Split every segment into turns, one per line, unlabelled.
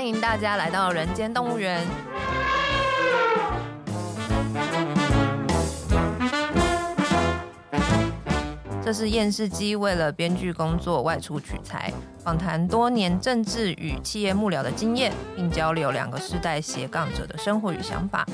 迎大家来到人间动物园。这是验视机为了编剧工作外出取材，访谈多年政治与企业幕僚的经验，并交流两个世代斜杠者的生活与想法。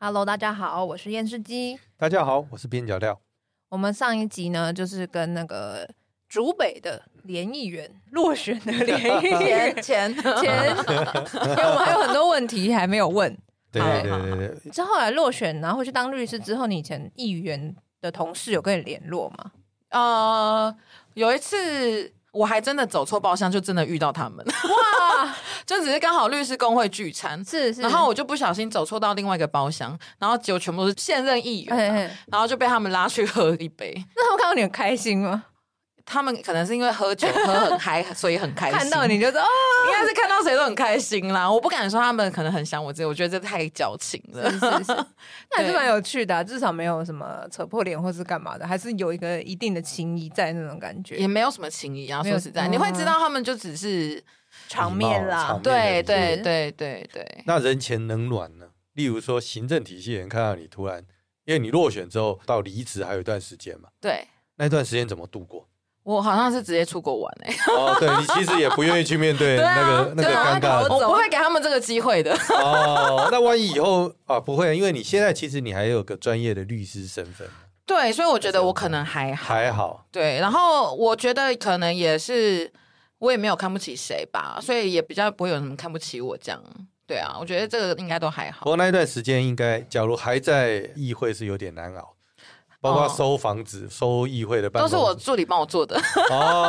Hello，大家好，我是验视机。
大家好，我是边角料。
我们上一集呢，就是跟那个竹北的联议员落选的联议员
钱钱，
前，因为我们还有很多问题还没有问。
对
好
对对对对，
是后来落选，然后去当律师之后，你以前议员的同事有跟你联络吗？
呃，有一次我还真的走错包厢，就真的遇到他们，
哇，
就只是刚好律师工会聚餐，
是是。
然后我就不小心走错到另外一个包厢，然后结果全部都是现任议员
哎，
啊，
哎
然后就被他们拉去喝一杯。
那他们看到你很开心吗？
他们可能是因为喝酒喝很嗨，所以很开心。
看到你就说哦，
应该是看到谁都很开心啦。我不敢说他们可能很想我自己，我觉得这太矫情了。
是是是， 那还是蛮有趣的啊、至少没有什么扯破脸或是干嘛的，还是有一个一定的情谊在那种感觉
也。没有什么情谊啊，
没有
说实在，
嗯
你会知道他们就只是
场面啦
场面
对
的理解
对对对对，
那人前冷暖呢？例如说，行政体系人看到你突然，因为你落选之后到离职还有一段时间嘛，
对
那段时间怎么度过？
我好像是直接出国玩哎、
哦，对你其实也不愿意去面对
对啊
那个、那个
对
尴
啊
尬
走
我不会给他们这个机会的。
哦。那万一以后啊，不会，因为你现在其实你还有个专业的律师身份，
对，所以我觉得我可能还好。
还好。
对，然后我觉得可能也是，我也没有看不起谁吧，所以也比较不会有什么看不起我这样。对啊，我觉得这个应该都还
不
好。
过那一段时间应该，假如还在议会是有点难熬，包括
哦
收房子、收议会的办
都
公
是
室，
我助理帮我做的，
哦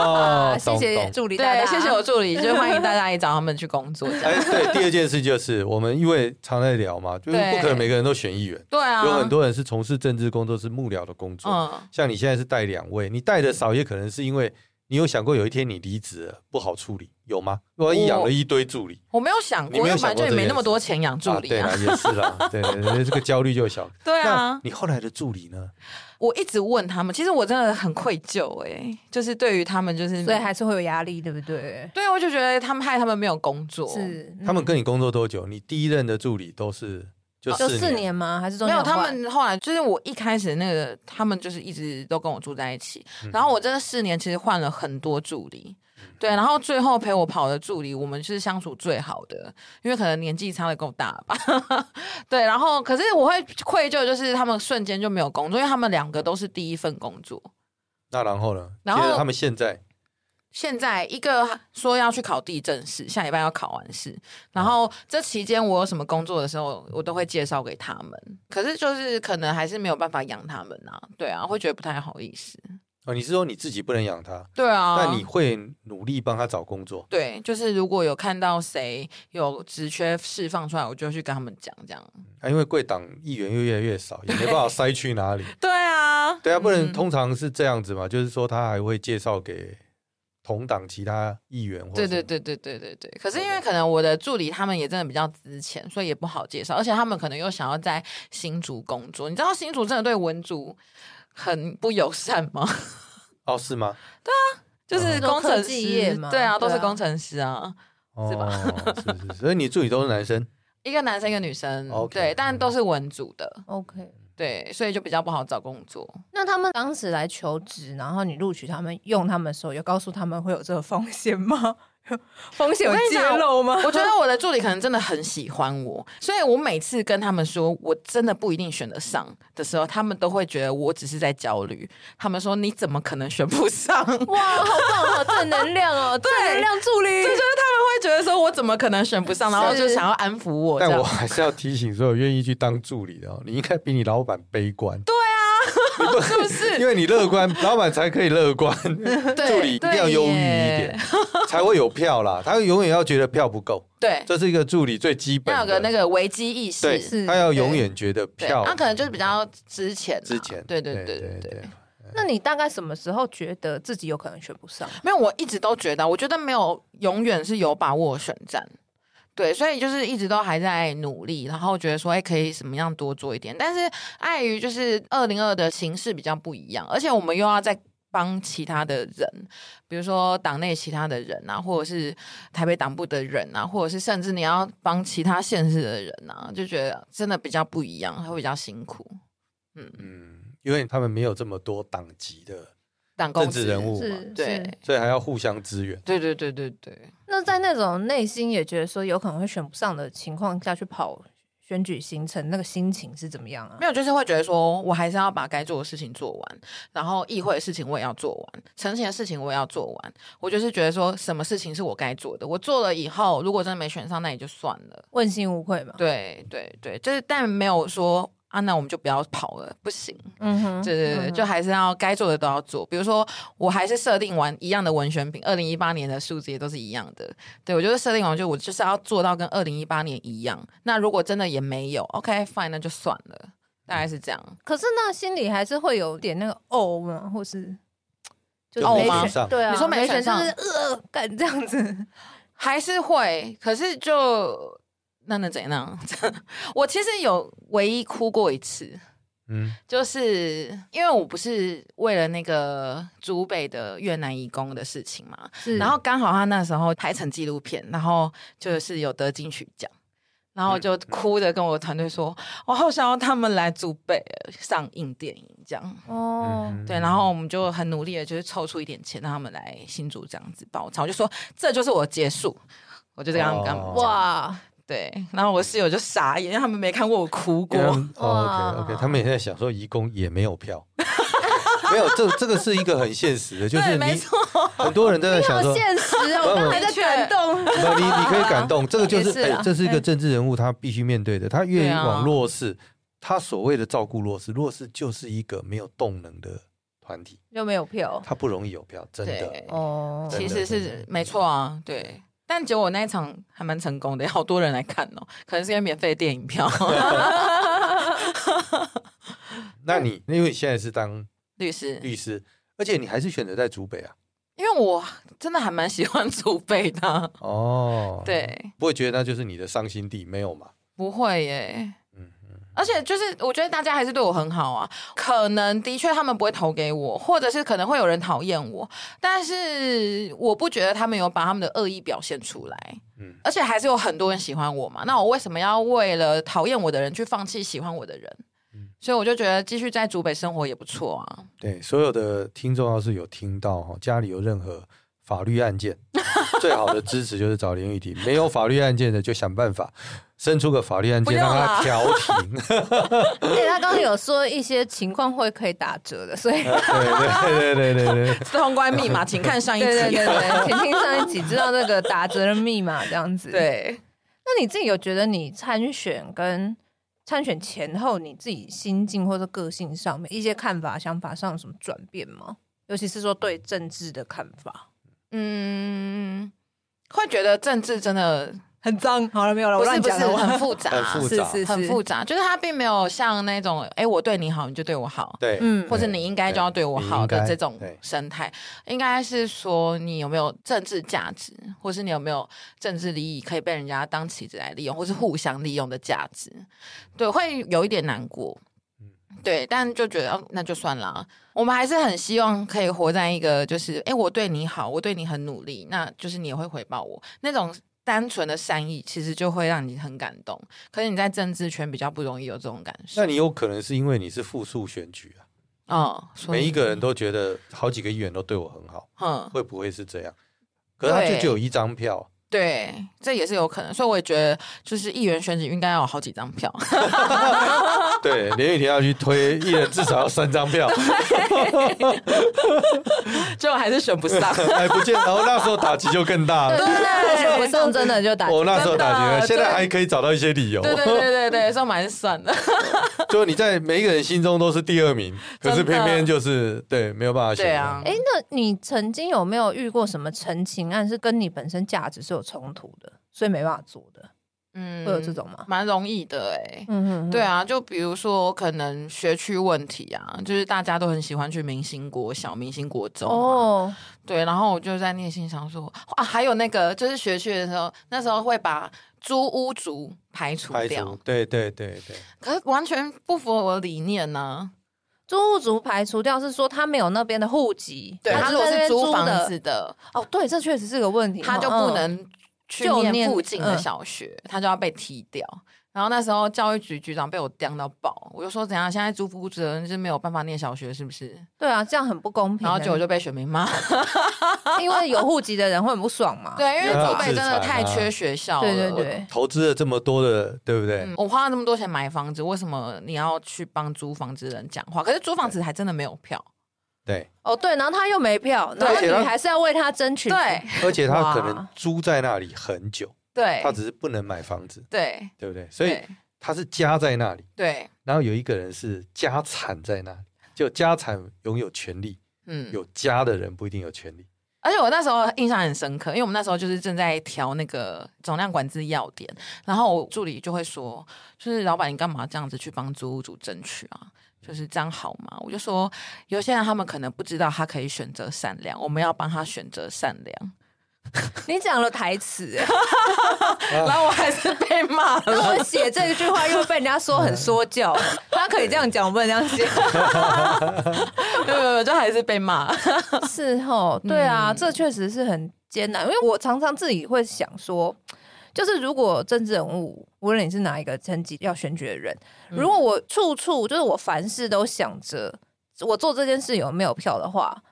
啊， 谢
懂懂
谢助理大大，
对，谢谢我助理，就欢迎大家也找他们去工作这样。
哎，对，第二件事就是我们因为常在聊嘛，就是
对
不可能每个人都选议员，
对啊，
有很多人是从事政治工作是幕僚的工作，
嗯，
像你现在是带两位，你带的少，也可能是因为你有想过有一天你离职了不好处理，有吗？万一养了一堆助理。
我没有想
你没
过，因
有
为
想
本来
过
就也
这
没
件
那么
事
多钱养助
啊，
理
对
啊。
啦，也是 啦，对对对，这个焦虑就小。
对
那
啊，
你后来的助理呢？
我一直问他们，其实我真的很愧疚哎、就是对于他们，就是
所以还是会有压力，对不对？
对，我就觉得他们害他们没有工作，
是，嗯
他们
嗯
跟你工作多久？你第一任的助理都是就
就
四
四
年，
年吗？还是中
没
间
有，他
换
们后来就是我一开始那个，他们就是一直都跟我住在一起。然后我这四年其实换了很多助理，对，然后最后陪我跑的助理，我们是相处最好的，因为可能年纪差的够大吧。 对，然后可是我会愧疚，就是他们瞬间就没有工作，因为他们两个都是第一份工作。
那然后呢？
然后
接着他们现在
现在一个说要去考地震试，下礼拜要考完试，然后这期间我有什么工作的时候，我都会介绍给他们。可是就是可能还是没有办法养他们啊，对啊，会觉得不太好意思。
哦，你是说你自己不能养他，
对啊，
但你会努力帮他找工作。
对，就是如果有看到谁有职缺释放出来，我就去跟他们讲这样。
啊，因为贵党议员又越来越少，也没办法筛去哪里。
对啊，
对啊，不然
嗯
通常是这样子嘛，就是说他还会介绍给同党其他议员或
对
者
对对对对对对。可是因为可能我的助理他们也真的比较值钱，所以也不好介绍，而且他们可能又想要在新竹工作，你知道新竹真的对文竹很不友善吗？
哦是吗？嗯
就是工
科
程
技业
师
嘛
对啊，都
对
是
啊
工程师啊，
哦，
是吧
是是，所以你助理都是男生，
一个男生一个女生
OK 嗯
对，但都是文组的，
OK。
对，所以就比较不好找工作。
那他们当时来求职，然后你录取他们用他们的时候，有告诉他们会有这个风险吗？ 风险有揭露吗？
我觉得我的助理可能真的很喜欢我，所以我每次跟他们说我真的不一定选得上的时候，他们都会觉得我只是在焦虑。他们说你怎么可能选不上？
哇，好棒，好正能量 哦，正能量助理
对，就是他们会觉得说我怎么可能选不上，然后
是
就想要安抚 我这
但
样
我。还是要提醒所有愿意去当助理的哦，你应该比你老板悲观。对 啊，是不是？因为你乐观，老板才可以乐观， 助理一定要忧郁一点， 才会有票啦。他永远要觉得票不够，
对，
这是一个助理最基本
要有个
的
那个危机意识。
对
是，
他要永远觉得
对，啊
票
那、可能就是比较之前、啊，
之前，
对对对对对。
那你大概什么时候觉得自己有可能选不上？
没有，我一直都觉得，我觉得没有永远是有把握选战，对，所以就是一直都还在努力，然后觉得说，哎，可以怎么样多做一点，但是碍于就是二零二的形势比较不一样，而且我们又要再帮其他的人，比如说党内其他的人啊，或者是台北党部的人啊，或者是甚至你要帮其他县市的人啊，就觉得真的比较不一样，会比较辛苦。嗯，
嗯，因为他们没有这么多党籍的，
党工
政治
职
人物
是，
对
是
所以还要互相支援。
对对对对对，
那在那种内心也觉得说有可能会选不上的情况下去跑选举行程，那个心情是怎么样啊？
没有，就是会觉得说我还是要把该做的事情做完，然后议会的事情我也要做完，陈情的事情我也要做完。我就是觉得说，什么事情是我该做的，我做了以后，如果真的没选上，那也就算了。
问心无愧嘛。
对对对，就是但没有说啊，那我们就不要跑了，不行。
嗯哼，
对对
嗯
对，
哼
就还是要该做的都要做。比如说，我还是设定完一样的文选品，二零一八年的数字也都是一样的。对我就是设定完，就我就是要做到跟二零一八年一样。那如果真的也没有，OK fine，那就算了，大概是这样。
可是那心里还是会有点那个哦嘛，或是就
就
没
没
选
选上
对啊，
你说没
没
选
就
上
是呃干这样子，
还是会，可是就那能怎样？ 我其实有唯一哭过一次，
嗯，
就是因为我不是为了那个竹北的越南移工的事情嘛，
是
然后刚好他那时候拍成纪录片，然后就是有得金曲奖，然后我就哭着跟我团队说，我好想要他们来祖北上映电影这样。
哦，
嗯
对，然后我们就很努力的，就是凑出一点钱，让他们来新竹这样子包场。我就说这就是我结束，我就这样跟他们
哦
讲。
哇，
对，然后我室友就傻眼，因为他们没看过我哭过
因为。他们哦
哇
，OK OK，他们也在想说，移工也没有 票，没有，这这个是一个很现实的，就是
对，
你
没错，
很多人都在想
好
说，嗯
现实哦，我 刚才在感动，
没有你你可以感 动，这个就
也
是
是
哎、
啊
这是一个政治人物他必须面对的，他越
对啊
往弱势，他所谓的照顾弱势，弱势就是一个没有动能的团体，
又没有票
他不容易有票，真的
对。
哦，
真
其
的
实
真
是
的
没错啊，对。但结果我那一场还蛮成功的，好多人来看哦，可能是因为免费电影 票。
那你因为你现在是当
律师，
律师，而且你还是选择在竹北啊，
因为我真的还蛮喜欢祖辈的，
哦，，
对，
不会觉得那就是你的伤心地，没有嘛？
不会耶。
嗯嗯，
而且就是，我觉得大家还是对我很好啊。可能的确他们不会投给我，或者是可能会有人讨厌我，但是我不觉得他们有把他们的恶意表现出来。
嗯
而且还是有很多人喜欢我嘛。那我为什么要为了讨厌我的人去放弃喜欢我的人？
嗯
所以我就觉得继续在竹北生活也不错啊。
对，所有的听众要是有听到哈，家里有任何法律案 件，最好的支持就是找林玉婷；没有法律案件的，就想办法生出个法律案件
不
让
用
他
啦
调停。
而且哎他刚刚有说一些情况会可以打折的，所以
对对对对对对，
自通关密码，请看上一
对
集。
对对 对，请听上一集知道那个打折的密码这样子。，
对
那你自己有觉得你参选跟参选前后你自己心境或者个性上面一些看法、想法上有什么转变吗？尤其是说对政治的看法，
嗯，会觉得政治真的
很脏。好了，没有了
不是不是，我很
复
复杂，
很复
是
杂
是是，
很复杂，就是他并没有像那种，哎、我对你好，你就对我好，
对，
嗯
或者你应该就要对我好
对你应
的
该
这种
对
生态，应该是说你有没有政治价值，或是你有没有政治利益可以被人家当棋子来利用，或是互相利用的价值，对，会有一点难过。
嗯
对，但就觉得、哦那就算了。我们还是很希望可以活在一个就是，哎，我对你好，我对你很努力，那就是你也会回报我那种单纯的善意，其实就会让你很感动。可是你在政治圈比较不容易有这种感受。
那你有可能是因为你是复数选举啊，
哦，所以
每一个人都觉得好几个议员都对我很好，
嗯，
会不会是这样？可是他就
对
只有一张票，
对，这也是有可能，所以我也觉得，就是议员选举应该要有好几张票。
对，连玉婷要去推，一人至少要三张 票，
结果还是选不上。
哎，不见，然后那时候打击就更大
对，
了。
那选不上真的就打折
我那时候打击
真
了，
的
现在
对
还可以找到一些理由。
对对对对对，这蛮算的。
就你在每一个人心中都是第二名，可是
真的
偏偏就是对没有办法选。
对啊，
哎、那你曾经有没有遇过什么陈情案是跟你本身价值是有冲突的，所以没办法做的，
嗯
会有这种吗？
蛮容易的哎、
嗯嗯，
对啊，就比如说可能学区问题啊，就是大家都很喜欢去明星国小、明星国中、哦，
哦，
对，然后我就在内心想说啊，还有那个就是学区的时候，那时候会把租屋族排除
排
掉
除，，对对对对，
可是完全不符合我的理念呢、
租屋族排除掉是说他没有那边的户籍，
对，
他
他如果
在那
是
边
租房
的
子的，
哦，对，这确实是个问题，
他就
嗯
不能去
就念
念附近的
嗯
小学，他就要被踢掉。然后那时候教育局局长被我刁到爆，我就说怎样，现在租屋主人是没有办法念小学是不是？
对啊，这样很不公平
然
欸。
后结果就被选民
嗯
骂，
因为有户籍的人会很不爽嘛。
对，因
因
为
为
祖北真
自残啊
的太缺学校了，
对对对，
投资了这么多的，对不对
嗯？我花了那么多钱买房子，为什么你要去帮租房子的人讲话？可是租房子还真的没有票，
对，
哦对，然后他又没票，然后
对
你还是要为他争取。
对
而且他可
哇
能租在那里很久，
对
他只是不能买房子，
对
对不对？所以
对
他是家在那里，
对，
然后有一个人是家产在那里，就家产拥有权利，
嗯，
有家的人不一定有权利。
而且我那时候印象很深刻，因为我们那时候就是正在调那个总量管制要点，然后我助理就会说，就是老板你干嘛这样子去帮租屋主争取啊？就是这样好吗？我就说，有些人他们可能不知道他可以选择善良，我们要帮他选择善良。
你讲了台词欸，
然后我还是被骂了。
然后我写这一句话又被人家说很说教，他可以这样讲，我不能这样写。
没有没有没有，就还是被骂。
是哦，对啊，
嗯
这确实是很艰难，因为我常常自己会想说，就是如果政治人物，无论你是哪一个层级要选举的人，
嗯
如果我处处就是我凡事都想着我做这件事有没有票的话，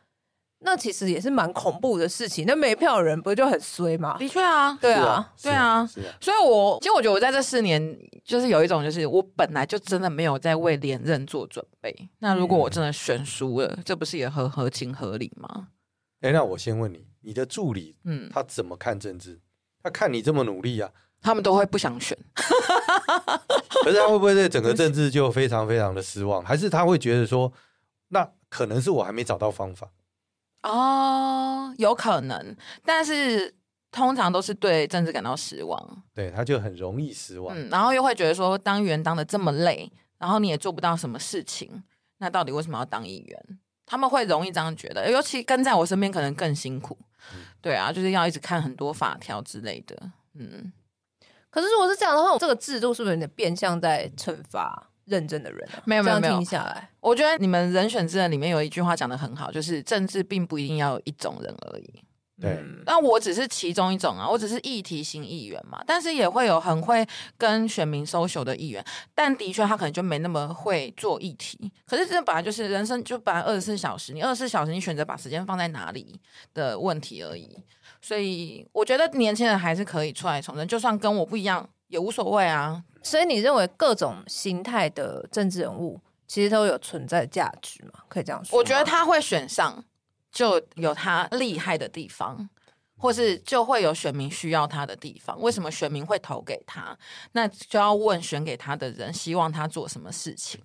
那其实也是蛮恐怖的事情。那没票的人不就很衰吗？
的确啊，
对
是
啊，
是
对啊
是啊，
所以我其实我觉得我在这四年，就是有一种就是我本来就真的没有在为连任做准备。那如果我真的选输了，这不是也合合情合理吗？
哎，那我先问你，你的助理
嗯，
他怎么看政治？他看你这么努力啊，
他们都会不想选。
可是他会不会对整个政治就非常非常的失望？还是他会觉得说，那可能是我还没找到方法？
哦，有可能，但是通常都是对政治感到失望，
对，他就很容易失望。
嗯，然后又会觉得说当议员当的这么累，然后你也做不到什么事情，那到底为什么要当议员？他们会容易这样觉得，尤其跟在我身边可能更辛苦，对啊，就是要一直看很多法条之类的，嗯。
可是如果是这样的话，这个制度是不是有点变相在惩罚认真的人、啊？
没有没有
这样
没
听下
有
来，
我觉得你们人选之人里面有一句话讲的很好，就是政治并不一定要有一种人而已。
对
嗯
那我只是其中一种啊，我只是议题型议员嘛，但是也会有很会跟选民 social 的议员，但的确他可能就没那么会做议题。可是这本来就是人生，就本来二十四小时，你二十四小时你选择把时间放在哪里的问题而已。所以我觉得年轻人还是可以出来从政，就算跟我不一样也无所谓啊。
所以你认为各种形态的政治人物其实都有存在价值嘛？可以这样说吗？
我觉得他会选上，就有他厉害的地方，或是就会有选民需要他的地方。为什么选民会投给他？那就要问选给他的人，希望他做什么事情。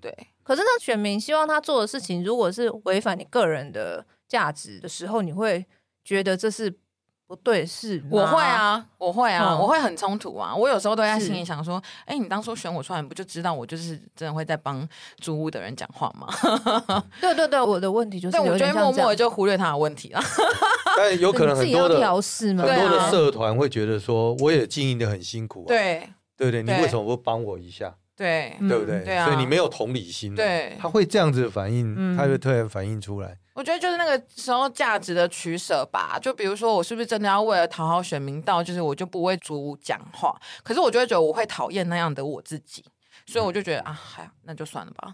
对，
可是那选民希望他做的事情，如果是违反你个人的价值的时候，你会觉得这是不对的事吗？
我会，啊，我会啊，
嗯
我会很冲突啊。我有时候都在心里
是
想说，哎、你当初选我出来，你不就知道我就是真的会在帮租屋的人讲话吗？
对对对，我的问题就是
但 我
有
就
点
会
像
默
这样
默地就忽略他的问题啊了。
但有可能
你自
很
己
多
要
的
调试嘛，
很多
对
的
啊
社团会觉得说，我也经营的很辛苦、啊，
对
对不对？你
对
为什么不帮我一下？
对，
嗯
对不对？
对啊
所以你没有同理心、啊
对
他会这样子反应，
嗯
他会突然反应出来。
我觉得就是那个时候价值的取舍吧，就比如说我是不是真的要为了讨好选民到，就是我就不为主讲话，可是我就会觉得我会讨厌那样的我自己，所以我就觉得啊，嗨，那就算了吧。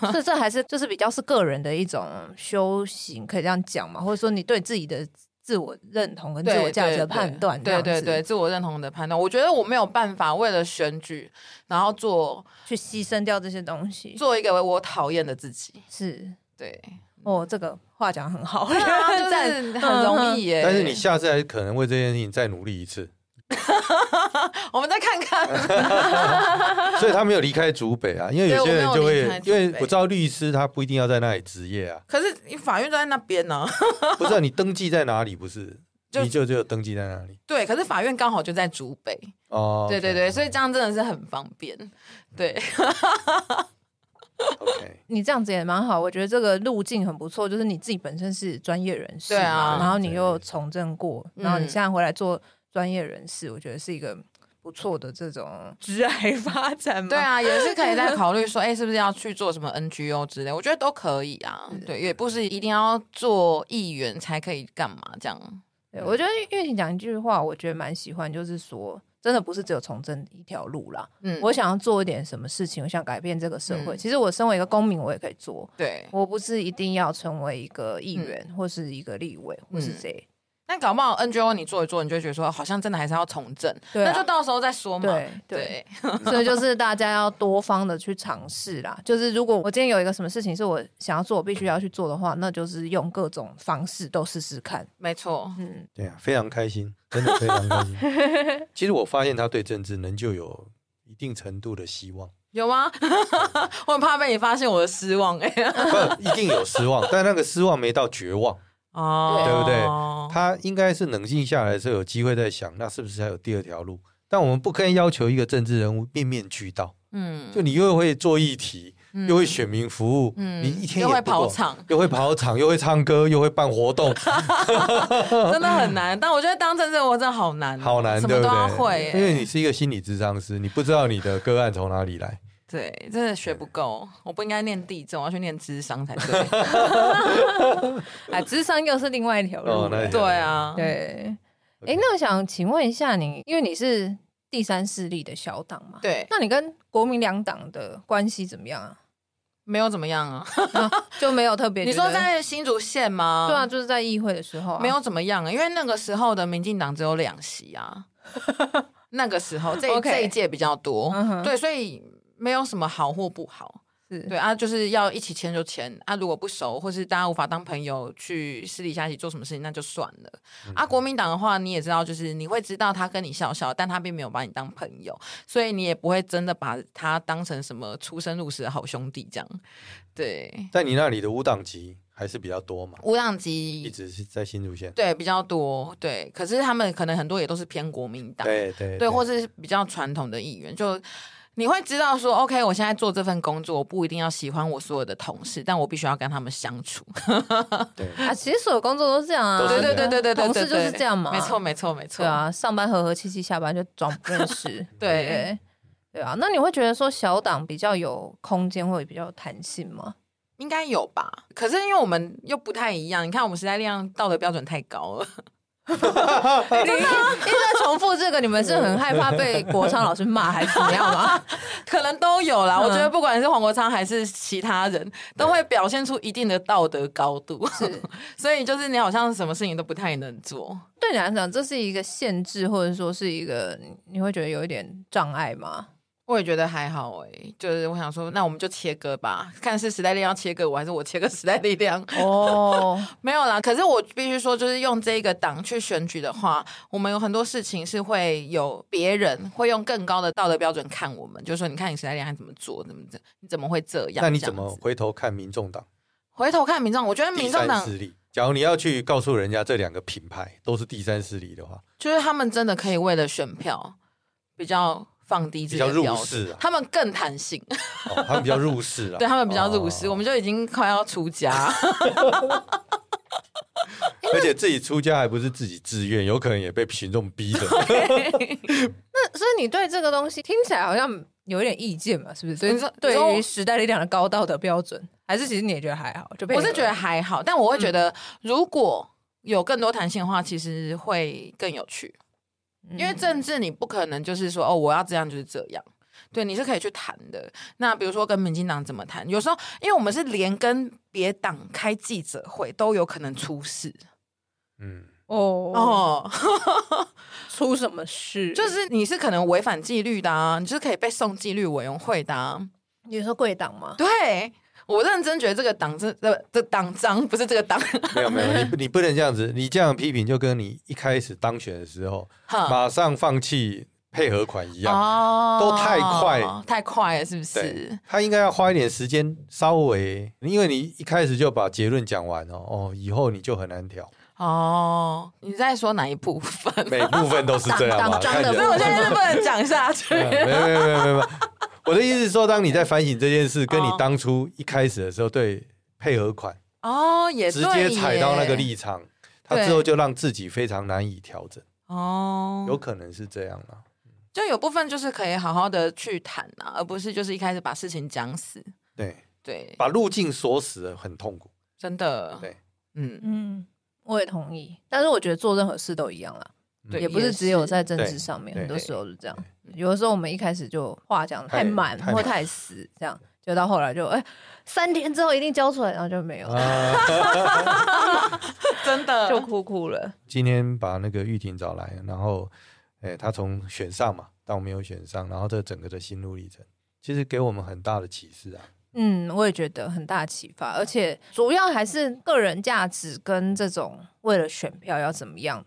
所啊 以这还是就是比较是个人的一种修行，可以这样讲嘛？或者说你对自己的自我认同跟自我价值的判断，
对对对
这样
对，
子，
自我认同的判断，我觉得我没有办法为了选举，然后做
去牺牲掉这些东西，
做一个我讨厌的自己，
是
对，
哦，这个话讲得很好，
对 啊，就
赞嗯
是很容易耶。
但是你下次还可能为这件事情再努力一次，
我们再看看，
所以他没有离开竹北啊，因为
对
有些人
我没
就
有
会
离开，竹
因
北
为我知道律师他不一定要在那里执业 啊，
可是法院就在那边呢、
不知道你登记在哪里，不是？
就
你就只有登记在那里
对，可是法院刚好就在竹北，
哦。
对对对，所以这样真的是很方便。对，
，OK，
你这样子也蛮好，我觉得这个路径很不错，就是你自己本身是专业人士嘛，
对啊
然后你又从政过，然后你
嗯
现在回来做专业人士，我觉得是一个不错的这 种职癌发展嘛。
对，啊，也是可以再考虑说，哎、是不是要去做什么 NGO 之类？我觉得都可以啊。对，也不是一定要做议员才可以干嘛这样。
对我觉得玉婷讲一句话，我觉得蛮喜欢，就是说，真的不是只有从政一条路啦。
嗯，
我想要做一点什么事情，我想改变这个社会。
嗯
其实我身为一个公民，我也可以做。
对，
我不是一定要成为一个议员，或是一个立委，或是
嗯
谁。
但搞不好 NGO 你做一做，你就会觉得说，好像真的还是要从政，
对啊
那就到时候再说嘛。
对对
对，
所以就是大家要多方的去尝试啦。就是如果我今天有一个什么事情是我想要做，我必须要去做的话，那就是用各种方式都试试看。
没错。
嗯，
对啊，非常开心，真的非常开心。 其实我发现他对政治仍旧有一定程度的希望，
有吗？ 我很怕被你发现我的失望哎、
不一定有失望， 但那个失望没到绝望。
哦，
对不对他应该是冷静下来的时候，有机会在想，那是不是还有第二条路？但我们不可以要求一个政治人物面面俱到，
嗯，
就你又会做议题，
嗯
又会选民服务，
嗯
你一天也
又
不
会
够
跑场，
又会跑场，又会唱歌，又会办活 动，
真的很难。但我觉得当政治人物真的好难哦，
好难，
什
对不
么都要
对？
会哎耶、
因为你是一个心理智商师，你不知道你的个案从哪里来。
对，真的学不够。我不应该念地震，我要去念智商才 对。啊
哎，智商又是另外一条路
哦那
了。
也
对啊，
对，哎，那我想请问一下你，因为你是第三势力的小党嘛？。
对，
那你跟国民两党的关系怎么样啊？
没有怎么样啊。
就没有特别
你
觉得？
说在新竹县吗？
对啊，就是在议会的时候、啊、
没有怎么样啊，因为那个时候的民进党只有两席 啊，那个时候这
OK
这一届比较多
嗯哼
对，所以没有什么好或不好。
是
对啊，就是要一起签就签啊，如果不熟或是大家无法当朋友，去私底下一起做什么事情那就算了。
嗯
啊，国民党的话你也知道，就是你会知道他跟你笑笑，但他并没有把你当朋友，所以你也不会真的把他当成什么出生入死的好兄弟这样。对，
在你那里的无党籍还是比较多嘛，
无党
一
籍
直是在新竹县。
对比较多，对，可是他们可能很多也都是偏国民党，
对对
对，或是比较传统的议员，就你会知道说，OK，我现在做这份工作，我不一定要喜欢我所有的同事，但我必须要跟他们相处。
对，
啊，其实所有工作都是这样啊。
都是
对
这
对
样
对对对对，
同
对
事就是这样嘛。
没错，没错没错。
对，啊，上班和和气气，下班就装不认识。
对
对对啊，那你会觉得说小党比较有空间，或者比较有弹性吗？
应该有吧？可是因为我们又不太一样，你看我们时代力量道德标准太高 了，
真的、啊、一直在重复这个，你们是很害怕被国昌老师骂还是怎么样吗？
可能都有啦。
嗯
我觉得不管是黄国昌还是其他人，都会表现出一定的道德高度，
是
所以就是你好像什么事情都不太能做。
对你来讲，这是一个限制，或者说是一个你你会觉得有一点障碍吗？
我也觉得还好哎、就是我想说，那我们就切割吧，看是时代力量切割我，还是我切割时代力量。
哦，
没有啦，可是我必须说，就是用这个党去选举的话，我们有很多事情是会有别人会用更高的道德标准看我们，就是说，你看你时代力量怎么做，怎么怎，你怎么会这样？
那你
这
怎
样子
么回头看民众党？
回头看民众？我觉得
第
民众
三
党
势力。假如你要去告诉人家这两个品牌都是第三势力的话，
就是他们真的可以为了选票比较放低自
比
己
较
的
入
标准，
世啊，
他们更弹性，
哦他们比较入世啊，
对他们比较入世，
哦
我们就已经快要出家。
而且自己出家还不是自己自愿，有可能也被群众逼的。
那所以你对这个东西听起来好像有一点意见嘛，是不是？对
你说，你
对
说
于时代力量的高道德标准，还是其实你也觉得还好？就被
我是觉得还好，但我会觉得如果有更多弹性的话，其实会更有趣。
嗯
因为政治你不可能就是说哦，我要这样就是这样。对，你是可以去谈的。那比如说跟民进党怎么谈，有时候因为我们是连跟别党开记者会都有可能出事
嗯，
哦哦，
哦，
出什么事？
就是你是可能违反纪律的啊，你就是可以被送纪律委员会的啊。
你说贵党吗？
对我认真觉得这个党这呃这党章不是这个党，
没有没有，你你不能这样子，你这样批评就跟你一开始当选的时候
哈
嗯
马上放弃配合款一样。
哦
都太快
太快了，是不
对
是？，
他应该要花一点时间，稍微，因为你一开始就把结论讲完哦，哦，以后你就很 难调。
哦，你在说哪一部分？
每部分都是这样嘛，
当当
看起来
当
所以我现在是不能讲下去。
没有没有没有没有没有，我的意思是说，当你在反省这件事，跟你
哦
当初一开始的时候对配合款
哦，也
直
对
接
耶
踩到那个立场，他
对
之后就让自己非常难以调整，
哦，
有可能是这样啦。
就有部分就是可以好好的去谈啊，而不是就是一开始把事情讲死。
对，
对，
把路径锁死了很痛苦。
真的，
对，
嗯，
嗯，我也同意，但是我觉得做任何事都一样啦，
对
也不是只有在政
对
治上面，
对
很多时候是这样。有的时候我们一开始就话讲得太满
太太
或太死，这样就到后来就哎、三天之后一定交出来，然后就
嗯
没有，
啊，
真的
就哭哭了。
今天把那个玉婷找来，然后，哎，她从选上嘛到没有选上，然后这整个的心路历程，其实给我们很大的启示啊。
嗯，我也觉得很大启发，而且主要还是个人价值跟这种为了选票要怎么样，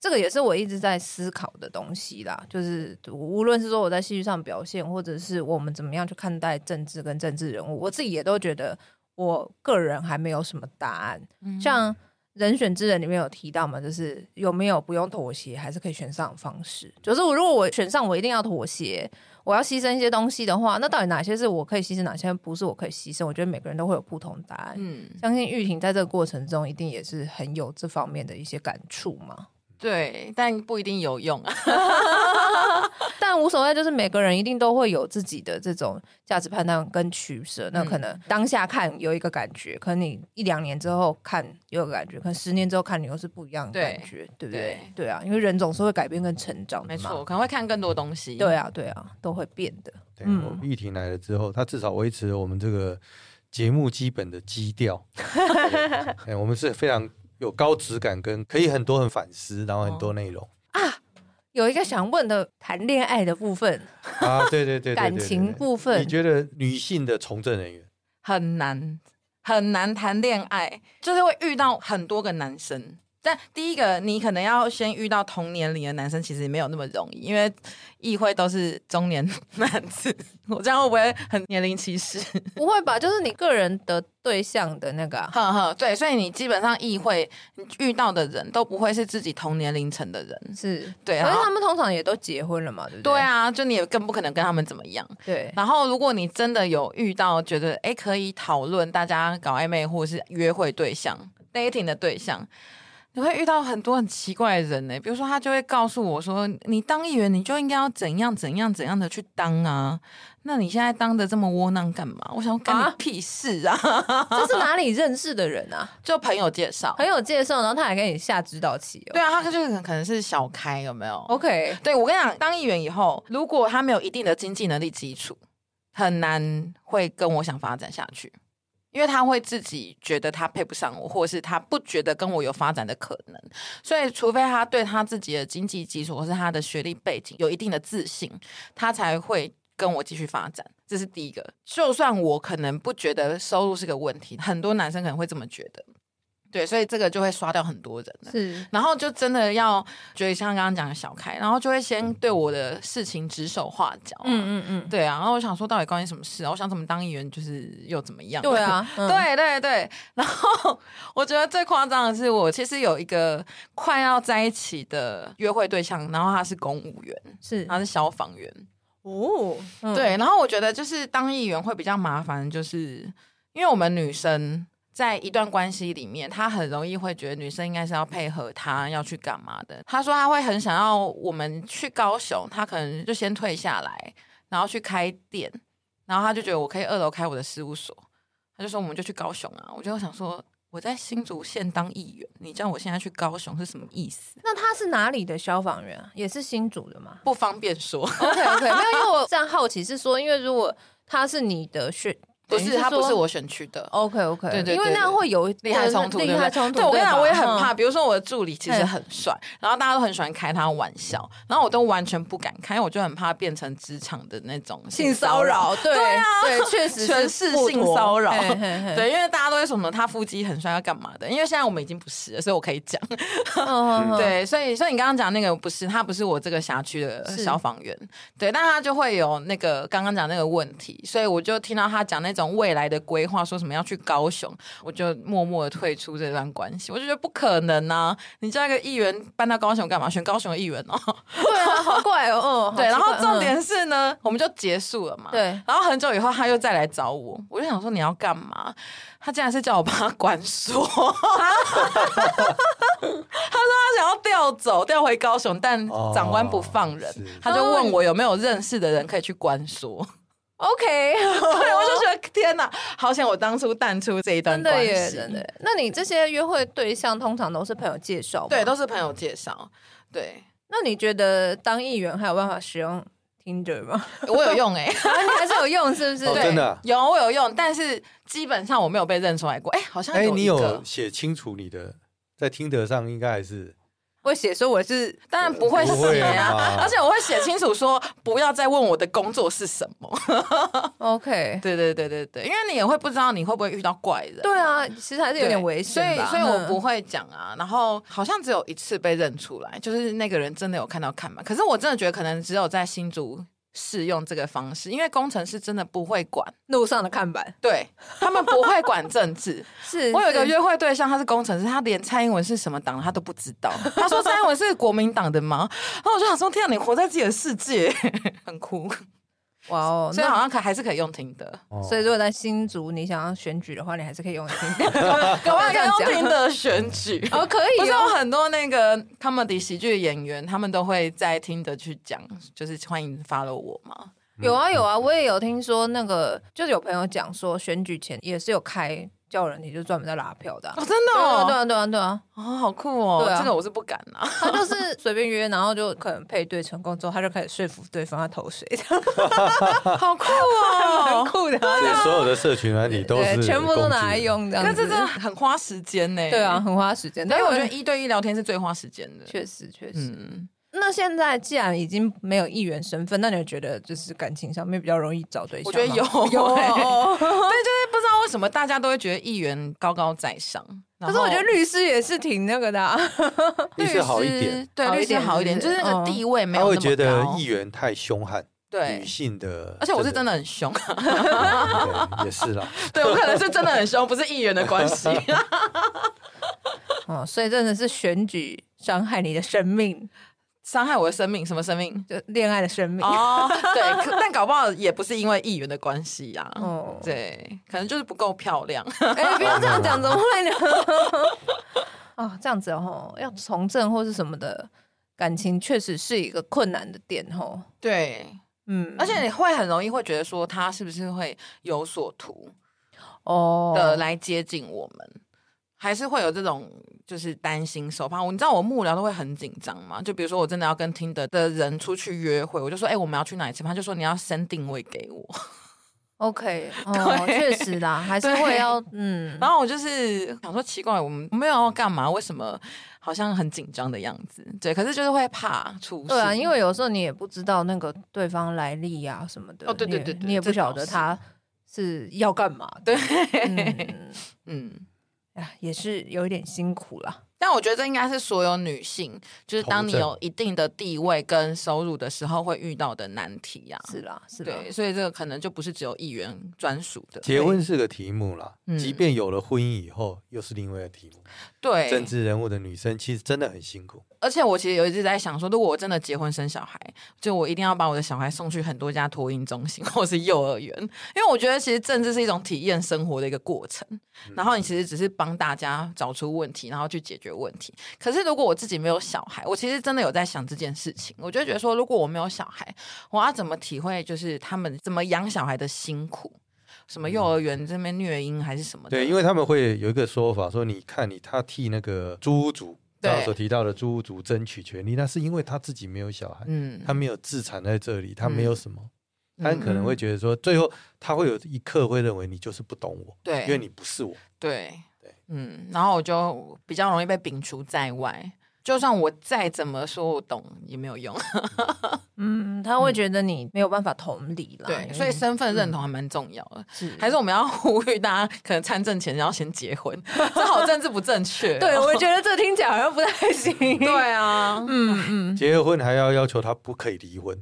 这个也是我一直在思考的东西啦。就是无论是说我在戏剧上表现，或者是我们怎么样去看待政治跟政治人物，我自己也都觉得我个人还没有什么答案。像《人选之人》里面有提到嘛，就是有没有不用妥协还是可以选上的方式？就是我如果我选上，我一定要妥协，我要牺牲一些东西的话，那到底哪些是我可以牺牲，哪些不是我可以牺牲？我觉得每个人都会有不同的答案。
嗯，
相信玉婷在这个过程中一定也是很有这方面的一些感触嘛。
对，但不一定有用啊。
但无所谓，就是每个人一定都会有自己的这种价值判断跟取舍。那可
嗯
能当下看有一个感觉，可能你一两年之后看有一个感觉，可能十年之后看你又是不一样的
对
感觉，对不对？对啊，因为人总是会改变跟成长的嘛。
没错，我可能会看更多东西。
对，啊，对啊，都会变的。
对，
嗯
我玉婷来了之后，她至少维持了我们这个节目基本的基 调。哎，我们是非常有高质感，跟可以很多很反思，然后很
哦
多内容、
有一个想问的谈恋爱的部分，
啊。对对对对对对
感情部分
你觉得女性的从政人员
很难很难谈恋爱，就是会遇到很多个男生。但第一个，你可能要先遇到同年龄的男生，其实没有那么容易，因为议会都是中年男子。我这样会不会很年龄歧 视？
不会吧？就是你个人的对象的那个啊、
呵呵，对，所以你基本上议会你遇到的人都不会是自己同年龄层的人。
是，
对
可
然
是
后
他们通常也都结婚了嘛，对不对？
对，啊，就你也更不可能跟他们怎么样。
对，
然后，如果你真的有遇到觉得哎可以讨论大家搞暧昧或是约会对象 dating 的对象，你会遇到很多很奇怪的人呢、比如说他就会告诉我说，你当议员你就应该要怎样怎样怎样的去当啊，那你现在当的这么窝囊干嘛？我想说干你
啊
屁事啊！
这是哪里认识的人啊？
就朋友介绍，
很有介绍，然后他还给你下指导棋哦。
对啊，他就是可能是小开有没有？
OK，
对我跟你讲，当议员以后，如果他没有一定的经济能力基础，很难会跟我想发展下去，因为他会自己觉得他配不上我，或者是他不觉得跟我有发展的可能。所以，除非他对他自己的经济基础或是他的学历背景有一定的自信，他才会跟我继续发展。这是第一个。就算我可能不觉得收入是个问题，很多男生可能会这么觉得。对，所以这个就会刷掉很多人了。
是
然后就真的要觉得像刚刚讲的小开，然后就会先对我的事情指手画脚、嗯嗯，
嗯嗯嗯，
对啊。然后我想说，到底关你什么事啊？我想怎么当议员，就是又怎么样？
对。啊，嗯
对对对，然后我觉得最夸张的是，我其实有一个快要在一起的约会对象，然后他是公务员，
是
他是消防员，
哦，嗯，
对，然后我觉得就是当议员会比较麻烦，就是因为我们女生在一段关系里面，她很容易会觉得女生应该是要配合她要去干嘛的。她说她会很想要我们去高雄，她可能就先退下来，然后去开店，然后她就觉得我可以二楼开我的事务所，她就说我们就去高雄啊。我就想说。我在新竹县当议员，你叫我现在去高雄是什么意思？
那他是哪里的消防员啊？也是新竹的 吗
不方便说，
？OK OK，没有，因为 我这样好奇是说，因为如果他是你的选，
不
等于
是他不
说
是我选区的
OK OK，
对对对
因为那样会有
利害冲突，
利
对不
害
对
冲突。
对我跟你
吧
讲，我也很
嗯
怕。比如说我的助理其实
嗯
很帅，然后大家都很喜欢开他玩笑，然后我都完全不敢开，因为我就很怕变成职场的那种
性骚扰，对
对啊，
对，确实
全
是
是
不
性
妥
骚扰
嘿嘿嘿
对，因为大家都会说什么他腹肌很帅要干嘛的，因为现在我们已经不是了，所以我可以讲。
嗯嗯嗯
对，所以所以你刚刚讲那个不是，他不是我这个辖区的
是
消防员，对，但他就会有那个刚刚讲那个问题，所以我就听到他讲那种未来的规划，说什么要去高雄，我就默默的退出这段关系，我就觉得不可能啊！你叫一个议员搬到高雄干嘛？选高雄的议员哦，
对 啊，好怪哦，嗯，
对，然
好
后
奇怪
重
嗯
点是呢，我们就结束了嘛。
对
然后很久以后他又再来找我，我就想说你要干嘛？他竟然是叫我帮他管锁，他说他想要调走，调回高雄，但
哦
长官不放人，
是
他就问我有没有认识的人可以去关说。
哦 OK，
对， 我就觉得天哪，好想我当初淡出这一段
真的
关
耶，
系。
真的耶。那你这些约会对象通常都是朋友介绍吗？
对，都是朋友介绍。对，
那你觉得当议员还有办法使用 Tinder 吗？
我有用哎、
啊，你还是有用，是不是？
哦
对
真的啊
有我有用，但是基本上我没有被认出来过。哎、好像
哎，
一
你
个
有，写清楚你的，在听得上应该还是
会写说我是
当然不会
不会
写啊
嘛，
而且我会写清楚说不要再问我的工作是什么。
哦
OK，
对对对对对，因为你也会不知道你会不会遇到怪人。
对啊，其实还是有点危险
所以
吧，
所以我不
嗯
会讲啊。然后好像只有一次被认出来，就是那个人真的有看到看板。可是我真的觉得可能只有在新竹适用这个方式，因为工程师真的不会管，
路上的看板
对他们不会管政 治。
是
我有一个
是
约会对象，他是工程师，他连蔡英文是什么党的他都不知道。他说蔡英文是国民党的吗？然后我就想说，天啊，你活在自己的世界， 很酷。
哇哦，
所以
那
好像可还是可以用听 的，
哦
所以如果在新竹你想要选举的话，你还是可以用 Tinder。
搞不好可以啊用听的选 举。
哦，可
不
以
嗯
是有
哦，
很多那个 comedy 喜剧演员，他们都会在听的去讲，就是欢迎 follow 我嘛。
有啊有啊，我也有听说那个，就是有朋友讲说选举前也是有开叫人，你就专门在拉票的啊。
哦，真的
对啊
哦，
对啊对啊对啊，
哦，好酷哦，
对啊
这个我是不敢啊。
他就是随便约，然后就可能配对成功之后，他就开始说服对方要投 谁，
好酷哦，
酷的啊，
对所有的社群软体 都
对
是
全部都拿来
工具人
用这样
但
子，
这真的很花时间呢。
对啊，，很花时间。但
但
是
是我
我
觉
觉
得
得
一对一聊天是最花时间的。
确实确实。
嗯，
那现在既然已经没有议员身份，那你觉得就是感情上面比较容易找对象吗？
我觉得有
有
欸
哦，
对，就是不知道为什么大家都会觉得议员高高在上，
可
可
是我觉得律师也是挺那个的啊。
律师好一点，，
对
好一
律师
点
好一点，
是
就
不
是
是
那个地位没
他
有
会
那么
觉
高
得议。员太凶悍，
对
女，性的，
而且我是真的很凶，啊
对，也是啦，
对我可能是真的很凶，不是议员的关系。
哦，所以真的是选举伤害你的生命，
伤害我的生命，什么生命？
就恋爱的生命。
哦， 对，可但搞不好也不是因为议员的关系呀、啊。
哦，
对，可能就是不够漂亮。
哎、不要这样讲，怎么会呢？ 哦，这样子哦，要从政或是什么的感情，确实是一个困难的点哦。
对，
嗯，
而且你会很容易会觉得说他是不是会有所图
哦
的来接近我们，还是会有这种就是担心手怕我。你知道我幕僚都会很紧张嘛？就比如说我真的要跟听的的人出去约会，我就说哎、我们要去哪里吃饭，他就说你要先定位给我。
，OK，哦，
对
确实啦，还是会要嗯，
然后我就是想说奇怪，我们没有要干嘛，为什么好像很紧张的样子？对，可是就是会怕出事。
对啊，因为有时候你也不知道那个对方来历啊什么的，
哦对对
你
对
也
对
你也不
这倒
晓得
是
他是要干嘛的，嗯
嗯，
哎也是有一点辛苦啦。
但我觉得这应该是所有女性，就是当你
同
有一定的地位跟收入的时候会遇到的难题呀、啊。
是啦，是啦，
对，所以这个可能就不是只有议员专属的。
结婚是个题目啦
嗯，
即便有了婚姻以后，又是另外一个题目。
对
政，治人物的女生其实真的很辛苦，
而且我其实有一直在想说，如果我真的结婚生小孩，就我一定要把我的小孩送去很多家托婴中心 或是幼儿园，因为我觉得其实政治是一种体验生活的一个过程。
嗯
然后你其实只是帮大家找出问题，然后去解决问题。可是如果我自己没有小孩，我其实真的有在想这件事情。我就觉得说，如果我没有小孩，我要怎么体会就是他们怎么养小孩的辛苦？什么幼儿园这边虐婴还是什么的？
嗯对，因为他们会有一个说法说，你看你他替那个租屋族
对
刚刚所提到的租屋族争取权利，那是因为他自己没有小孩，
嗯
他没有自产在这里，他没有什么，他
嗯
可能会觉得说，最后他会有一刻会认为你就是不懂我，
对，
因为你不是我，
对
对，
嗯，然后我就比较容易被摒除在外。就算我再怎么说我懂也没有用，
嗯，他会觉得你没有办法同理啦，
对，
有
所以
点
身份认同还蛮重要的。
嗯是
还是我们要 呼吁大家，可能参政前要先结婚，这好政治不正 确哦、
对，啊我觉得这听起来好像不太行。 对，
对啊，
嗯嗯，
结了婚还要要求他不可以离 婚，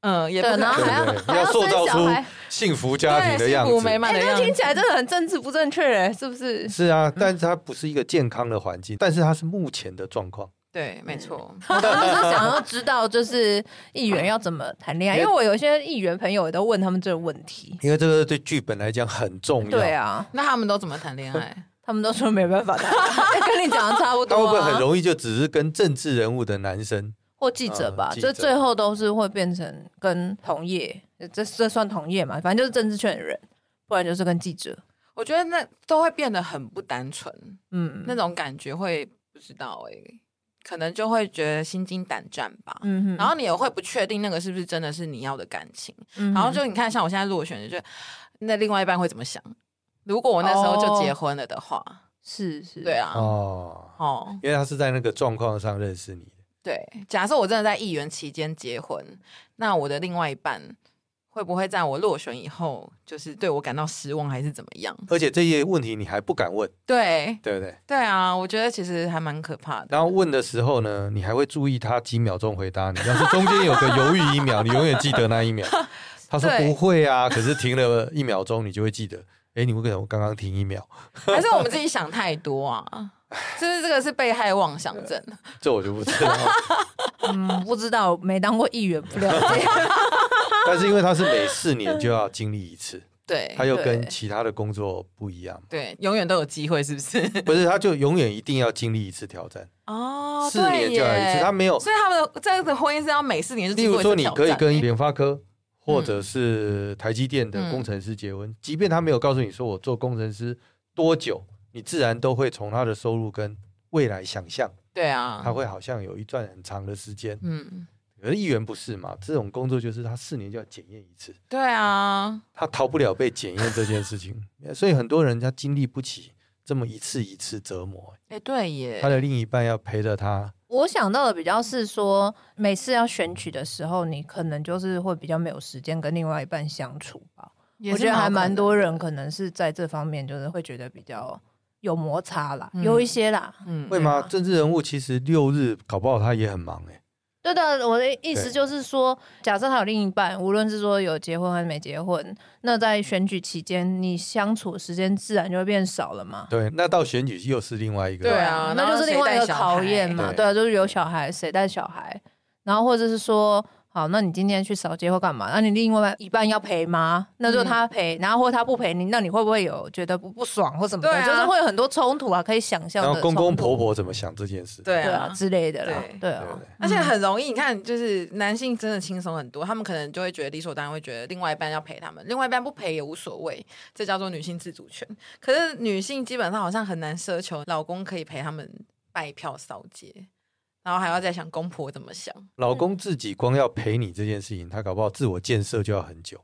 嗯，也不
对
可
然后
对
还要
不对？
还要
要塑
生
造
小
出
孩
幸福家庭的
对，幸
样子
福，美满
哎、
的样
那
子，
听起来真的很政治不正确，是不是？
是啊，
嗯
但是它不是一个健康的环境，但是它是目前的状况。
对，没错，
我 就是想要知道，就是议员要怎么谈恋爱，因为我有一些议员朋友也都问他们这个问题。
因为这个对剧本来讲很重要。
对，啊，
那他们都怎么谈恋爱？
他们都说没办法谈， 跟你讲的差不
他
多、啊。
会不会很容易就只是跟政治人物的男生？
或记者吧，
嗯记
就
者
最后都是会变成跟同业，这这算同业嘛？反正就是政治圈的人，不然就是跟记者。
我觉得那都会变得很不单纯，
嗯，
那种感觉会不知道哎、可能就会觉得心惊胆战吧。
嗯哼，
然后你也会不确定那个是不是真的是你要的感情，
嗯哼
然后就你看像我现在落选的，就那另外一半会怎么想？如果我那时候就结婚了的话，
哦是是，
对，啊，哦
哦，因为他是在那个状况上认识你的。
对，假设我真的在议员期间结婚，那我的另外一半会不会在我落选以后，就是对我感到失望，还是怎么样？
而且这些问题你还不敢问，
对，
对不对？
对啊，我觉得其实还蛮可怕的。
然后问的时候呢，你还会注意他几秒钟回答你。要是中间有个犹豫一秒，你永远记得那一 秒。他说
对
不会啊，可是停了一秒钟，你就会记得。哎，你为什么刚刚停一秒？
还是我们自己想太多啊？就是这个是被害妄想症。
这我就不知道。
嗯，不知道，没当过议员，不了解。
但是因为他是每四年就要经历一 次，
哎对
他又跟
对
其他的工作不一样，
对，永远都有机会，是不是？
不是他就永远一定要经历一次挑战，
哦，
四年就要一次，他没有。
所以他们的这样的婚姻是要每四年就
例
经过
如
一
说，
次
你
挑
可以
战
跟
欸
联发科或者是台积电
嗯
的工程师结婚，即便他没有告诉你说我做工程师多久，你自然都会从他的收入跟未来想象，
对
他
啊，
会好像有一段很长的时间。
嗯，
可是议员不是嘛？这种工作就是他四年就要检验一次，
对啊，
他逃不了被检验这件事情， 所以很多人他经历不起这么一次一次折磨，
哎，对耶
他，的另一半要陪着他。
我想到的比较是说，每次要选举的时候，你可能就是会比较没有时间跟另外一半相处吧。
也
我
是
觉得还
可
蛮
能
多
的
人，可能是在这方面就是会觉得比较有摩擦啦，
嗯
有一些啦。
嗯
会吗？政治人物其实六日搞不好他也很忙哎、
对的，我的意思
对
就是说，假设他有另一半，无论是说有结婚还是没结婚，那在选举期间，你相处的时间自然就会变少了嘛。
对，那到选举又是另外一个。
对啊，
那就是另外一个考验嘛。
对
对啊，就是有小孩谁带小孩，然后或者是说，好，那你今天去扫街或干嘛？那你另外一半要陪吗？那
嗯
就他陪，然后或他不陪你，那你会不会有觉得不不爽或什么的？
对啊
就是会有很多冲突啊，可以想象
然
的
后公公
冲突
婆婆怎么想这件事？
对
对啊
啊，
之类的啦，
对
对
对
啊
不，对
而且很容易，你看，就是男性真的轻松很多，他们可能就会觉得理所当然，会觉得另外一半要陪他们，另外一半不陪也无所谓，这叫做女性自主权。可是女性基本上好像很难奢求老公可以陪他们拜票扫街，然后还要再想公婆怎么想。
老公自己光要陪你这件事情，他搞不好自我建设就要很久。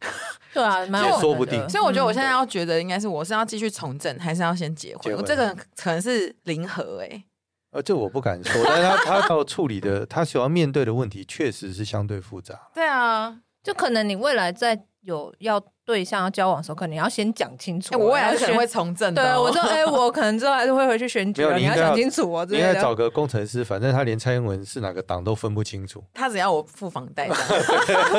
对嗯啊，蛮
也
有可能
说不
的
定
所以我觉得我现在要觉得，应该是我是要继续从政，还是要先结婚？
嗯结婚
我这个可能是零和哎、欸，
呃，这我不敢说，但是他他要处理的，他所要面对的问题确实是相对复杂。
对啊，
就可能你未来在有要对象要交往的时候，可能要先讲清
哎、
楚。啊
我未来
啊
要
可能
先
会从政的
对，
哦、
我说 哎、我可能之后还是会回去选举
没有
了，
你
你
应
要
该要
想清楚哦之
你
类的。
应该找个工程师，反正他连蔡英文是哪个党都分不清楚，
他只要我付房贷这 样。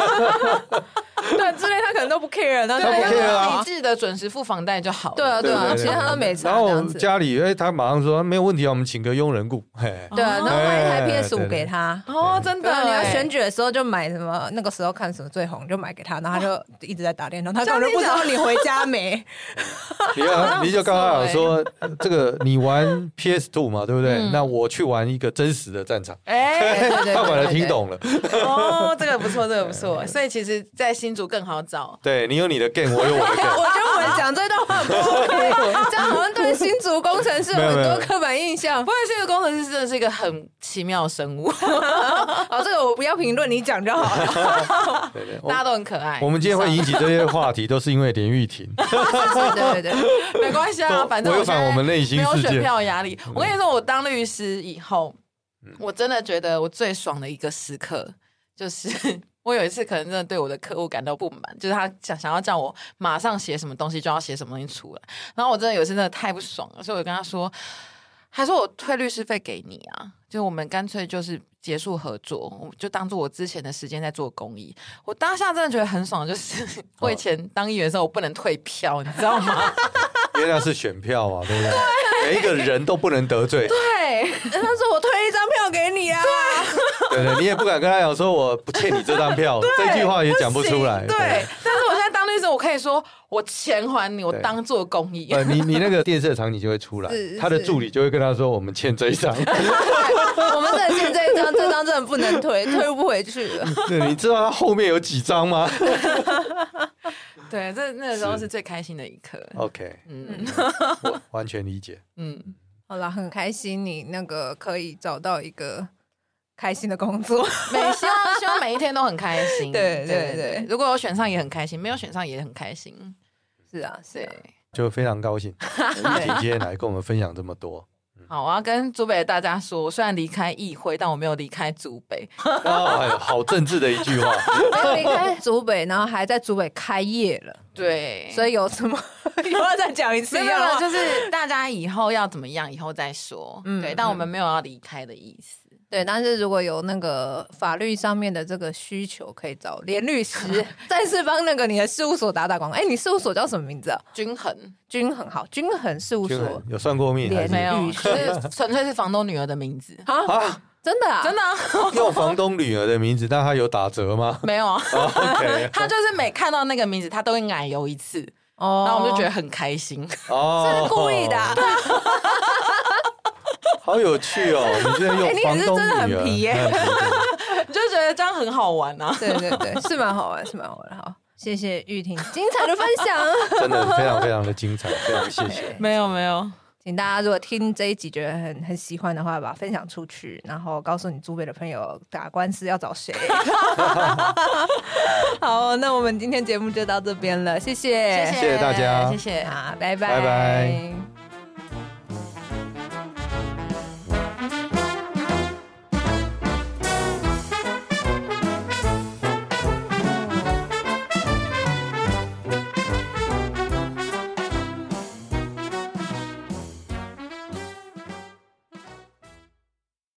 对之类，他可能都不 care，然后
他不
就
care 啊
理智的准时付房贷就好了。
对啊，对啊，
对对
其
对
他他都没差
然
这
后
样子。
家里哎，他马上说没有问题啊，我们请个佣人雇。嘿，
对啊，然后买一台
哎
PS
对
五
对
给他。
哦，真
对
的
啊，
欸，
你要选举的时候就买什么，那个时候看什么最红就买给他，然后他就一直在打电动，他根本就不知道你回家没。
你要你就刚刚
欸
好
讲说这个你玩 PS Two 嘛，对不对
嗯？
那我去玩一个真实的战场，
哎、
对对对，
他反而
对
听。懂了。
哦，这个不错，这个不错。所以其实，在新竹更好找。
对你有你的 game，我有我的
对
game。
我觉得我们讲这段话很不 OK，这样好像对新竹工程师有
没有
很
没有
多刻板印象
不。过这个工程师真的是一个很奇妙的生物，
好，哦这个我不要评论，你讲就好了。
对对，我
大家都很可爱。
我们今天会引起这些话题，都是因为连玉婷。
对对对，
没关系啊，
都
反正
违
我现
反
在
我们内心
没有
世
选
界嗯
票压力。我跟你说，我当律师以后，我真的觉得我最爽的一个时刻就是。 我有一次可能真的对我的客户感到不满，就是他想想要叫我马上写什么东西就要写什么东西出来，然后我真的有一次真的太不爽了，所以我就跟他说，还说我退律师费给你啊，就我们干脆就是结束合作，我就当做我之前的时间在做公益。我当下真的觉得很爽，就是 我以前当议员的时候我不能退票，你知道吗？
因为那是选票嘛，对不对？每一个人都不能得罪，
对，
他说我推一张票给你啊，
对对，你也不敢跟他讲说我不欠你这张票，这句话也讲不出来。
对，但是我现在当律师，我我可以说我钱还你，我当做公益。
呃，你你那个电视的场景就会出来
是，
他的
是
助理就会跟他说：“我们欠这一 张。
我们真的现在这张，这张真的不能推，推不回去了。
对”你知道他后面有几张吗
对，这那个时候
是
是最开心的一刻。
？OK，
嗯
我完全理解。
嗯，
好啦，很开心你那个可以找到一个开心的工 作，
每希望希望每一天都很开心。
对对对
如果有选上也很开心，没有选上也很开心。
是啊，是
对
啊，，
就非常高兴，玉婷今天来跟我们分享这么多。
好，我要跟竹北的大家说，我虽然离开议会，但我没有离开竹北。
哦，哎呦好政治的一句话。
没有离开竹北，然后还在竹北开业了，
对，
所以有什么 又要再讲一次
嗯
一
没有
样
没
的话
有，就是大家以后要怎么样，以后再说。
嗯
对，但我们没有要离开的意思。
对，但是如果有那个法律上面的这个需求，可以找连律 师，再次帮那个你的事务所打打广告。哎，你事务所叫什么名字啊？
均衡
均衡好，均衡事务
就
所
有算过命还
连
是
没有，
女士，
就是纯粹是房东女儿的名字
啊，
啊？
真的啊，
真的啊、
用房东女儿的名字，但他有打折吗
没有啊。
哦？OK，
他就是每看到那个名字，他都会奶油一次，
哦
然后我们就觉得很开心。
哦，
这是故意的啊，
好有趣哦！你居然用
哎你也
房
是
东
真的很
女儿
皮耶
很皮真的
就觉得这样很好玩啊。
对对对，是蛮好玩，是蛮好玩。好，谢谢玉婷精彩的分享，
真的非常非常的精彩，非常 谢谢。
没有没有，
请大家如果听这一集觉得很很喜欢的话，把它分享出去，然后告诉你珠北的朋友打官司要找谁。 好，那我们今天节目就到这边了，谢谢，
谢谢大家
谢谢。
好，拜
拜拜